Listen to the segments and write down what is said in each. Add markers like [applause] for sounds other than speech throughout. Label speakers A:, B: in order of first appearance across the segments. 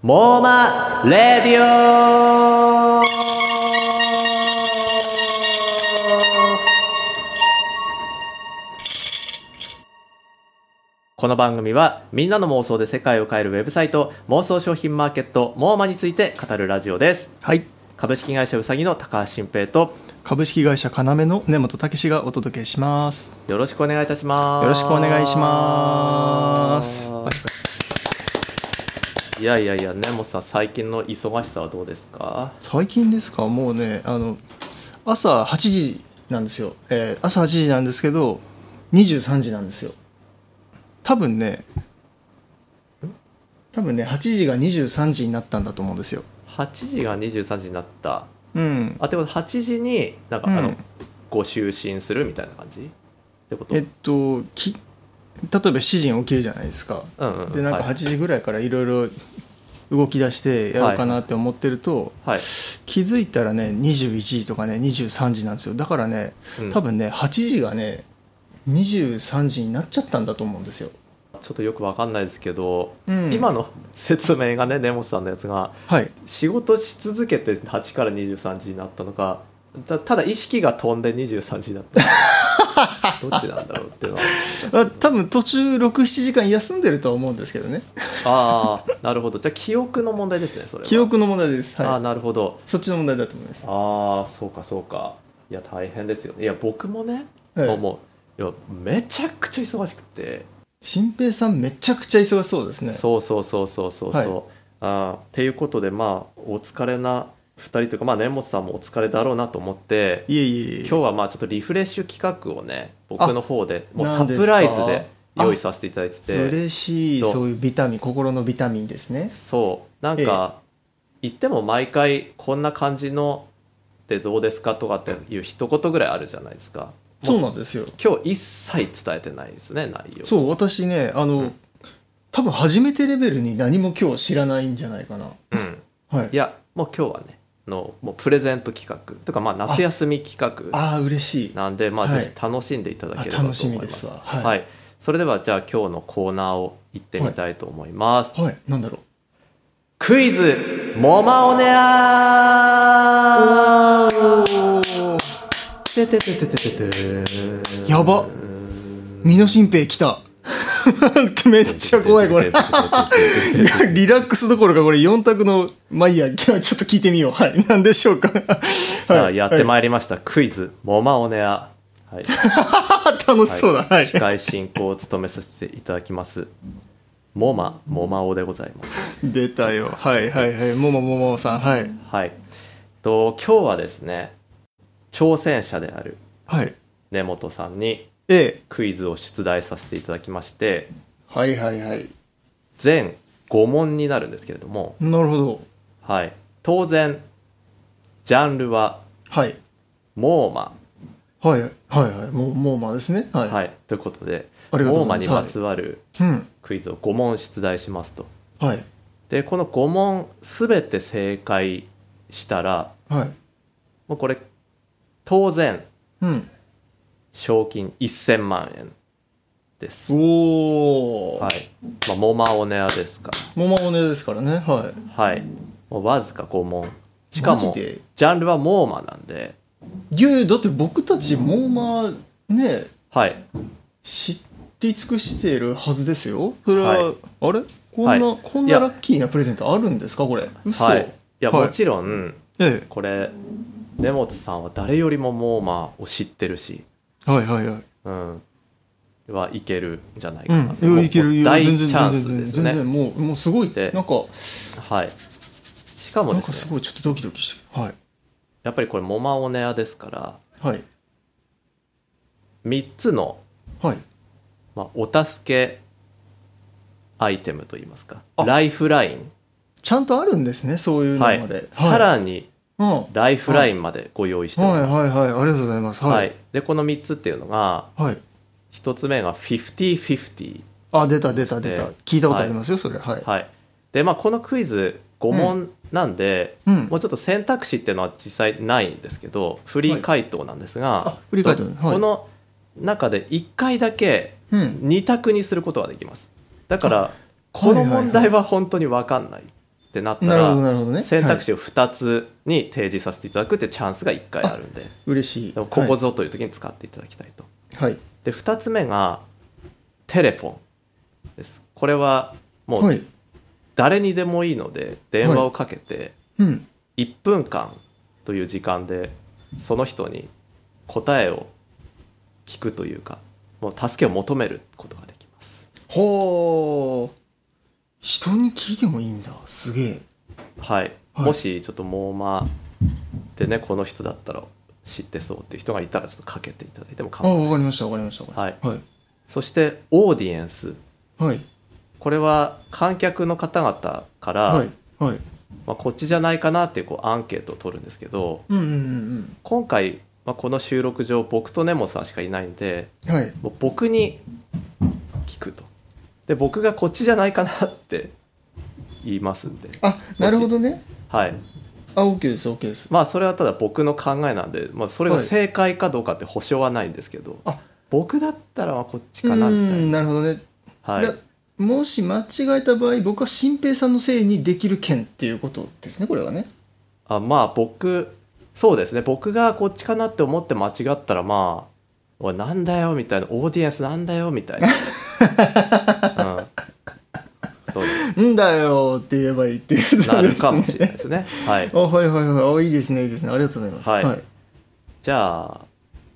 A: モーマレディオこの番組はみんなの妄想で世界を変えるウェブサイト妄想商品マーケットモーマについて語るラジオです
B: はい
A: 株式会社うさぎの高橋新平と
B: 株式会社かなめの根本武史がお届けします
A: よろしくお願いいたします
B: よろしくお願いしますパチパチ
A: いやいやいやねもうさん最近の忙しさはどうですか
B: 最近ですかもうねあの朝8時なんですよ、えー朝8時なんですけど23時なんですよ多分ね多分ね8時が23時になったんだと思うんですよ
A: 8時が23時になった
B: うん
A: あってこと8時になんか、
B: うん
A: あのご就寝するみたいな感じってこと
B: えっとき例えば7時に起きるじゃないですか
A: うんうんうん
B: でなんか8
A: はい
B: 時ぐらいからいろいろ動き出してやろうかなって思ってると、
A: はい
B: 気づいたらね21時とかね23時なんですよだからね
A: うん
B: 多分ね8時がね23時になっちゃったんだと思うんですよ
A: ちょっとよくわかんないですけど、
B: うん
A: 今の説明がね根本さんのやつが
B: はい
A: 仕事し続けて8から23時になったのかたただ意識が飛んで23時にな
B: [laughs]
A: ったのかどっちなんだろうっていうのは
B: あ多分途中67時間休んでるとは思うんですけどね
A: ああなるほどじゃあ記憶の問題ですねそれは
B: 記憶の問題です
A: ああ
B: は
A: なるほど
B: いそっちの問題だと思います
A: ああそうかそうかいや大変ですよねいや僕もね、
B: ええ
A: 思ういやめちゃくちゃ忙しくて、
B: 新平さんめちゃくちゃ忙しそうですね
A: そうそうそうそうそうそう、
B: はい
A: あーっていうことでまあお疲れな2人というかまあ根本さんもお疲れだろうなと思って
B: いえいえいえ
A: 今日はまあちょっとリフレッシュ企画をね僕の方でもう
B: な
A: サ
B: んです
A: プ
B: か
A: ライズで用意させていただいてて
B: 嬉しい
A: と
B: そういうビタミン心のビタミンですね
A: そうなんか言っても毎回こんな感じのってどうですかとかっていう一言ぐらいあるじゃないですか
B: そうなんですよ
A: 今日一切伝えてないですね内容
B: そう私ねあの、
A: うん
B: 多分初めてレベルに何も今日知らないんじゃないかな
A: うん、
B: はい
A: いやもう今日はねあのもうプレゼント企画とかまあ夏休み企画
B: ああ嬉しい
A: なんでまあ
B: はい
A: ぜひ楽しんでいただければ
B: あ
A: と思いま
B: 楽
A: す、
B: しみですわはい
A: はい、それではじゃあ今日のコーナーを行ってみたいと思います、
B: はいなんだろう
A: クイズモマオネアててててててて
B: やば身の新兵来た [laughs] めっちゃ怖いこれ [laughs] いやリラックスどころかこれ4択のまあいいや [laughs] 今日はちょっと聞いてみようはい何でしょうか
A: さ
B: は
A: あ
B: い
A: やってまいりました、クイズモマオネアはい
B: はい楽しそうだはい
A: 司会進行を務めさせていただきますモマモマオでございます
B: 出たよはいはいはいももももさんはい
A: はいと今日はですね挑戦者である
B: はい
A: 根本さんに
B: A
A: クイズを出題させていただきまして
B: はいはいはい
A: 全5問になるんですけれども
B: なるほど
A: はい当然ジャンルは
B: はい
A: モーマ
B: はいはいはいもうもうまあですねはい、
A: はいということで
B: ありがとう
A: モー
B: ござ
A: マ
B: いま
A: にまつ
B: す
A: わる
B: うん
A: クイズを5問出題しますと
B: はい
A: でこの5問全て正解したら
B: はい
A: もうこれ当然
B: うん
A: 賞金1000万円です。
B: おお、
A: はい。まあ、モマオネアですか
B: もまおねですからねは
A: ら。はい。もうわずか5問。しか
B: マ
A: も、
B: ジ
A: ジ
B: で
A: ャンルはモーマなんで、
B: いいやいやだって僕たちもうまあね
A: はい。
B: 知り尽くしているはずですよそれは、
A: はい
B: あれこんな、
A: はい
B: こん
A: いや
B: なラッキーなプレゼントあるんですかこれ嘘、
A: はい。いや、
B: はい
A: もちろん、
B: え
A: これ、根本さんは誰よりもモーマを知ってるし、
B: えはいはいはい
A: うん。はいけるんじゃないか
B: う
A: な。
B: んいやいける
A: もう
B: いける
A: 大チ
B: 全然
A: ャ
B: 全
A: ン
B: 然
A: ス
B: 全
A: です
B: 然
A: ね
B: 全。然もうもうすごい
A: で
B: なんか
A: はい。しかも
B: なん
A: で
B: か
A: す
B: す
A: ね、
B: ごいちょっとドキドキしてはい
A: やっぱりこれモマオネアですから、
B: はい
A: 3つの
B: はい
A: まあ、お助けアイテムといいますか
B: あ
A: ライフライン、
B: ちゃんとあるんですねそういうのま
A: は
B: で、
A: い
B: はい、
A: さらに
B: うん
A: ライフラインまでご用意しており
B: はい
A: ます、
B: はいはいありがとうございます
A: はい
B: はい、
A: でこの3つっていうのが
B: はい
A: 1つ目が50-50、
B: あ出た出た出た、
A: えー
B: 聞いたことありますよ、それはい、
A: はい、でまあこのクイズ5問なんで、
B: うん
A: もうちょっと選択肢っていうのは実際ないんですけどフリー回答なんですが、
B: あフリー回答ねはい
A: この中で1回だけ
B: うん
A: 2択にすることができますだからこの問題は本当に分かんないってなった
B: なるほどな
A: ら
B: るほどね
A: 選択肢を2つに提示させていただくってチャンスが1回あるんで
B: 嬉しい
A: でもここぞという時に使っていただきたいと。
B: はい、はい
A: で2つ目がテレフォンですこれはも
B: は
A: う
B: い
A: 誰にでもいいので電話をかけて
B: うん
A: 1分間という時間でその人に答えを聞くというかもう助けを求めることができます。
B: ほー人に聞いてもいいんだすげえ
A: はい、
B: はい
A: もしちょっとモーマでねこの人だったら知ってそうっていう人がいたらちょっとかけていただいても
B: あ
A: 構わない
B: わかりましたわかりましたわかりまし
A: そしてオーディエンス
B: たはい
A: これは観客の方々から、
B: はいはいはい
A: まあ、こっちじゃないかなっていうこうアンケートを取るんですけど
B: うんうん
A: 今回、まあ、この収録上僕とネモさんしかいないんで
B: うんはい
A: もう僕に聞くとで僕がこっちじゃないかなって言いますんで
B: あなるほどね
A: はい
B: あ OK です OK です
A: まあそれはただ僕の考えなんで、まあ、それが正解かどうかって保証はないんですけど、
B: あ
A: 僕だったらまあこっち
B: う
A: かなみたい
B: んなるほどね
A: な、はい
B: だ、もし間違えた場合僕は新平さんのせいにできる件っていうことですねこれはね
A: あまあ僕そうですね僕がこっちかなって思って間違ったらまあ「おいなんだよ」みたいな「オーディエンスなんだよ」み
B: [laughs]
A: たいな、うん、そうです
B: んだよーって言えばいいっていうこと
A: な
B: で
A: るか
B: す
A: もしれ
B: ね
A: ないですねはい
B: あはいはいはいあいいですねいいですねありがとうございます
A: はいじゃあ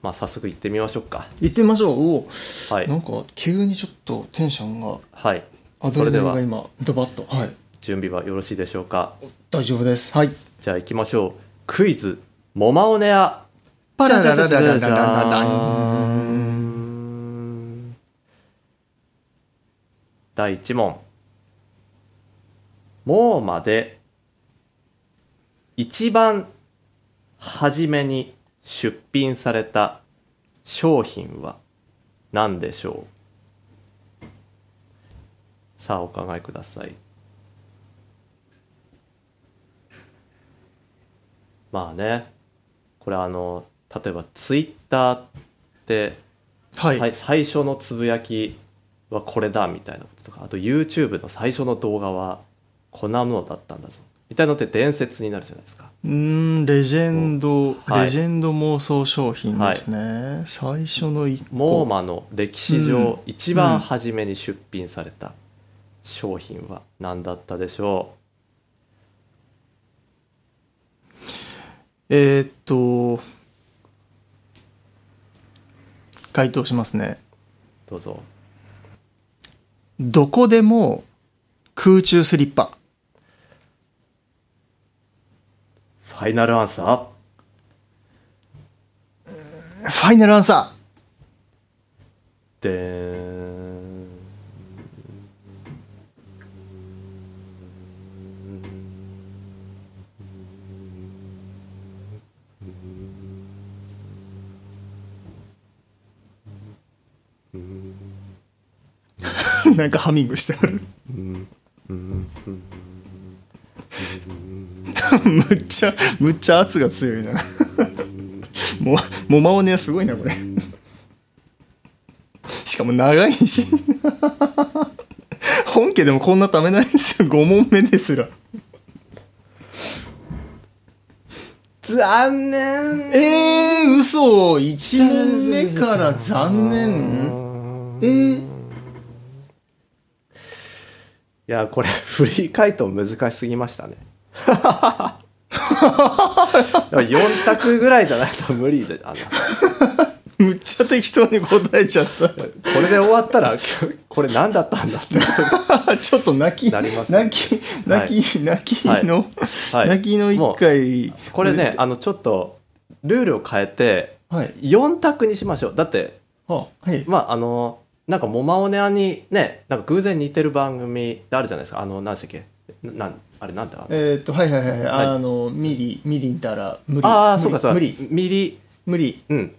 A: まあ早速行ってみましょうか
B: 行ってみましょうおお
A: はい
B: なんか急にちょっとテンションが
A: はい
B: ア
A: そ
B: ドレ
A: れ
B: ナ
A: で
B: リン
A: は
B: が今ドバッとはい
A: 準備はよろしいでしょうか
B: 大丈夫ですはい
A: じゃあ行きましょうクイズ「モマオネア」
B: パラララララララ
A: じゃ
B: ラ
A: じゃじ
B: ラ
A: ゃん第1問「もう」まで一番初めに出品された商品は何でしょうさあお考えくださいまあねこれあの例えばツイッターって、
B: はい
A: さい最初のつぶやきはこれだみたいなこととかあと YouTube の最初の動画はこんなものだったんだぞみたいなのって伝説になるじゃないですか
B: うーんレジェンド、
A: はい
B: レジェンド妄想商品ですね、最初の一
A: モー
B: 個
A: マの歴史
B: うん
A: 上一番初めに出品された商品は何だったでしょ
B: えー、っと回答しますね
A: うどうぞ
B: どこでも空中スリッパ
A: ファイナルアンサー
B: ファイナルアンサ
A: でーん
B: ー [laughs] なんかハミングしてある [laughs] むっちゃむっちゃ圧が強いな [laughs] もうもまおねはすごいなこれ [laughs] しかも長いし [laughs] 本家でもこんなためないんですよ5問目ですら
A: 残念
B: えー、嘘1問目から残念えー、
A: いやこれフリー回答難しすぎましたね [laughs] 4択ぐらいじゃないと無理であの
B: むっちゃ適当に答えちゃっ
A: これで終わったら [laughs] これ何だったんだって
B: た [laughs] ちょっと泣き
A: なりますね
B: 泣き泣き、泣きの、
A: はい
B: 泣きの一回
A: これねあのちょっとルールを変えて
B: はい
A: 4択にしましょうだって
B: はあはい
A: まああのなんかモマオネアにねなんか偶然似てる番組あるじゃないですかあの何でしたっけななんあれなんだ
B: えーっとはいはいはい、
A: はい
B: あのミリミリンたら無理
A: ああ
B: 無理
A: そうかそうか
B: 無理
A: ミリ
B: 無理
A: うん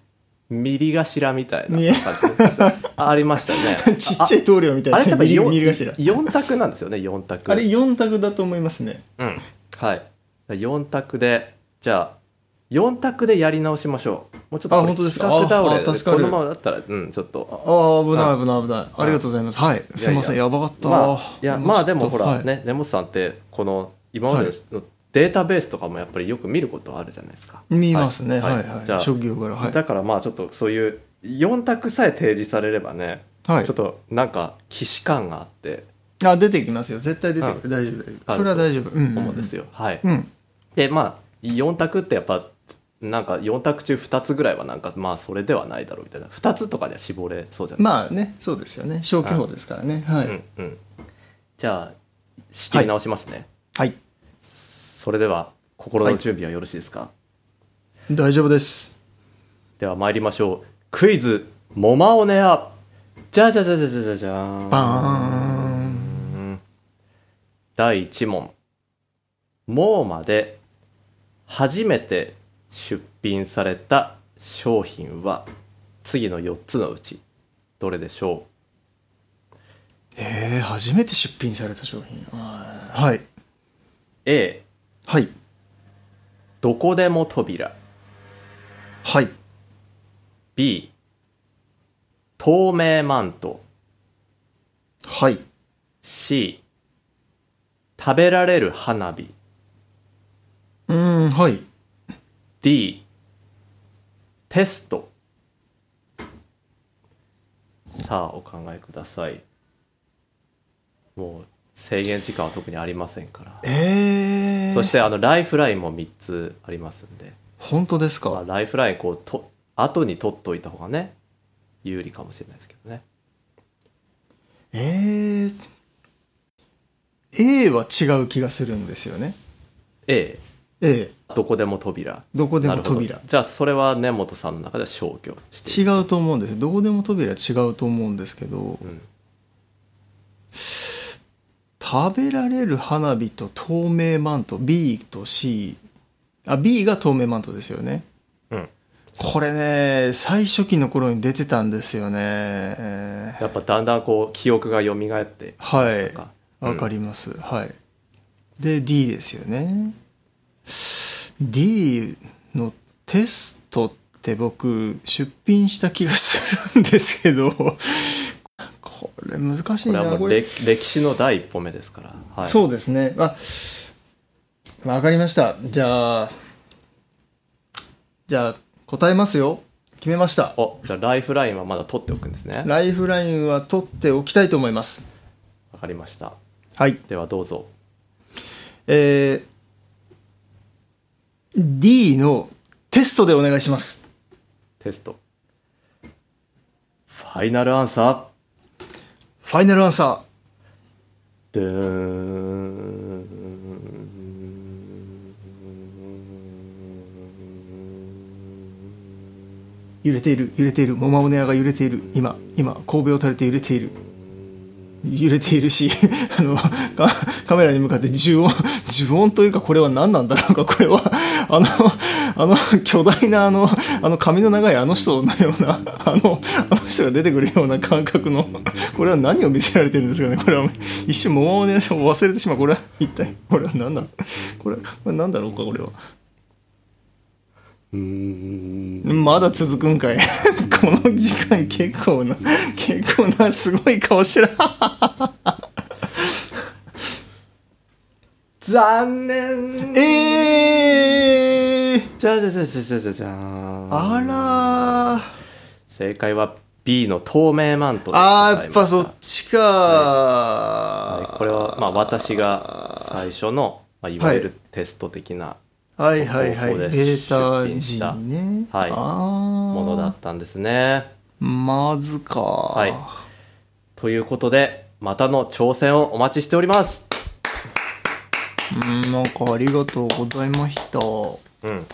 A: ミリ頭みたいな
B: ミリ
A: 感じあありましたよね
B: [laughs] ちっちゃい
A: あ
B: 棟梁みたい
A: あ
B: な
A: れ多分
B: ミリ
A: よん
B: ミリ頭
A: 4択なんですよね4択
B: あれ4択だと思いますね
A: うんはい4択でじゃあ4択でやり直しましょうもうちょっと
B: あ
A: これ
B: 本当ですか
A: 四角
B: ああ
A: 倒れ
B: 助
A: で
B: かる
A: このままだったらうんちょっと
B: ああ危ない危ない危ないありがとうございますはい
A: い
B: すいませんやばかった
A: まあいやまあでもほら、
B: はい
A: ね根本さんってこの今までのデータベースとかもやっぱりよく見ることあるじゃないですか。
B: 見ますね。
A: はい
B: はいはい。
A: じゃあ
B: 職業から。はい。
A: だからまあちょっとそういう4択さえ提示されればね、
B: はい
A: ちょっとなんか既視感があって
B: あ、出てきますよ。絶対出てくる。大丈夫、大丈夫。それは大丈夫。うん。
A: 思うんですよ。はい、
B: うん。
A: でまあ4択ってやっぱなんか4択中2つぐらいはなんかまあそれではないだろうみたいな2つとかでは絞れそうじゃない
B: まあね、そうですよね。消去法ですからね。はい。
A: うんうん、じゃあ仕切り直しますね、
B: はい。
A: それでは心の準備はよろしいですか、
B: 大丈夫です。
A: では参りましょうクイズ「モマオネア」じゃじゃじゃじゃじゃじゃじゃーん
B: バーン。
A: 第1問「モーマで初めて出品された商品は次の4つのうちどれでしょ
B: えー、初めて出品された商品。はい。
A: う ?A
B: はい。
A: どこでも扉
B: はい。
A: B 透明マント
B: はい。
A: C 食べられる花火
B: うーん、はい。
A: D テストさあお考えくださいもう制限時間は特にありませんから
B: え
A: そ
B: ー、
A: してあのライフラインも3つありますんで、
B: 本当です
A: まあ、
B: か
A: ライフラインこうと後に取っといた方がね有利かもしれないですけどね
B: えー、A は違う気がするんですよね。
A: A
B: A、
A: どこでも扉
B: どこでも
A: なる
B: 扉
A: ほど。じゃあそれは根本さんの中では消去して
B: 違うと思うんですどこでも扉違うと思うんですけど、
A: ん
B: 食べられる花火と透明マント B と C あ B が透明マントですよね
A: うん
B: これね最初期の頃に出てたんですよねえー
A: やっぱだんだんこう記憶が蘇ってきま
B: は
A: した
B: い
A: か
B: わかります、はいで D ですよね D のテストって僕出品した気がするんですけどこれ難しい
A: これ
B: な
A: はも
B: こ
A: う
B: れ
A: 歴歴史の第一歩目ですから、はい、
B: そうですねあわかりましたじゃあじゃあ答えますよ決めました
A: おじゃあライフラインはまだ取っておくんですね
B: ライフラインは取っておきたいと思います
A: わかりました
B: はい
A: ではどうぞ
B: えー、D のテストでお願いします。
A: テストファイナルアンサ
B: ファイナルアンサ
A: ーでーん
B: ー。揺れている、揺れている。モマオネアが揺れている。今、今、神戸を垂れて揺れている。揺れているし、 [laughs] あの、カカメラに向かって呪音、 [laughs] 呪音というか、これは何なんだろうか、これは、あの、あの、巨大な、あの、あの、髪の長いあの人のような、あの、あの人が出てくるような感覚の、これは何を見せられてるんですかね、これは、一瞬、桃をね、忘れてしまう、これは、一体、これは何だ、これ、これ何だろうか、これは。
A: うーん
B: まだ続くんかい。 [laughs] この時間、結構な、結構な、すごい顔してる。
A: 残念
B: えー
A: じゃじゃじゃじゃじゃじゃじゃーん
B: あらー。
A: 正解は B の透明マントでご
B: あ
A: ざ
B: ー
A: い
B: や
A: ま
B: っ
A: し
B: ぱ
A: た
B: そっちかー、
A: はいこれはまあ私が最初の、まあ、いわゆるテスト的な
B: はいはいはい
A: ここ
B: デ
A: で
B: ータ
A: 出品した
B: G ね
A: はいものだ
B: あ
A: ったんですね。
B: あまずかは
A: はいということでまたの挑戦をお待ちしております。
B: うんなんかありがとうございました
A: うん、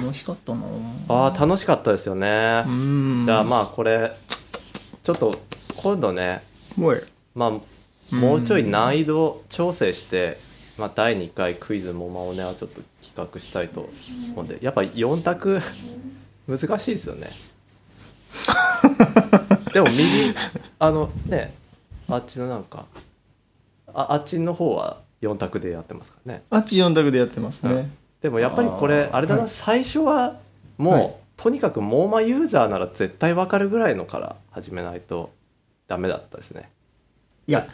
B: 楽しかったな
A: ああ楽しかったですよね。
B: うん
A: じゃあまあこれちょっと今度ね
B: おい
A: まあもうちょい難易度調整して、まあ、第2回クイズもまをねはちょっと企画したいと思うんでやっぱ4択難しいですよ
B: [laughs]
A: ねでも右あのねあっちのなんかああっちの方は4択でやってますからね
B: あっち4択でやってますね、
A: でもやっぱりこれ
B: あー
A: あれだな、
B: はい
A: 最初はもう、
B: はい
A: とにかくモーマユーザーなら絶対わかるぐらいのから始めないとダメだったですね
B: いや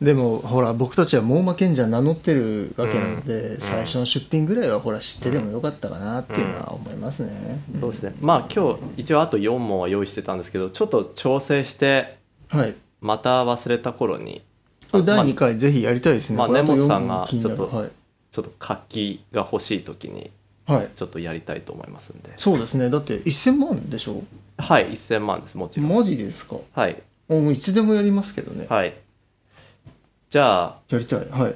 B: でもほら僕たちは猛魔賢者名乗ってるわけなので、最初の出品ぐらいはほら知ってでもよかったかなっていうのは思いますね、
A: そうですねまあ今日一応あと4問は用意してたんですけどちょっと調整して
B: はい
A: また忘れた頃に
B: これ
A: まあ
B: 第2回ぜひやりたいですね、
A: まあ
B: これと
A: 根本さん
B: 四
A: が
B: 問気になる
A: ちょっと
B: はい、
A: ちょっと活気が欲しい時に
B: はい、
A: ちょっとやりたいと思いますんで
B: そうですねだって1000万でしょ
A: はい1000万ですもちろん
B: マジですか
A: はい
B: もういつでもやりますけどね、
A: はいじゃあ
B: やりたいはい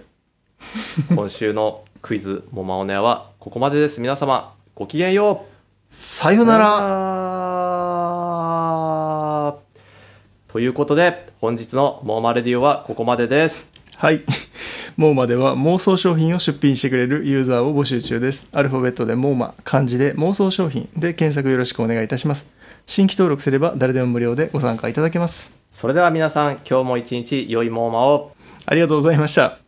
A: 今週のクイズ「モマオネア」はここまでです皆様ごきげんよう
B: さよなら
A: らということで本日の「モーマレディオ」はここまでです
B: はい。モーマでは妄想商品を出品してくれるユーザーを募集中です。アルファベットでモーマ、漢字で妄想商品で検索よろしくお願いいたします。新規登録すれば誰でも無料でご参加いただけます。
A: それでは皆さん今日も一日良いモーマを
B: ありがとうございました。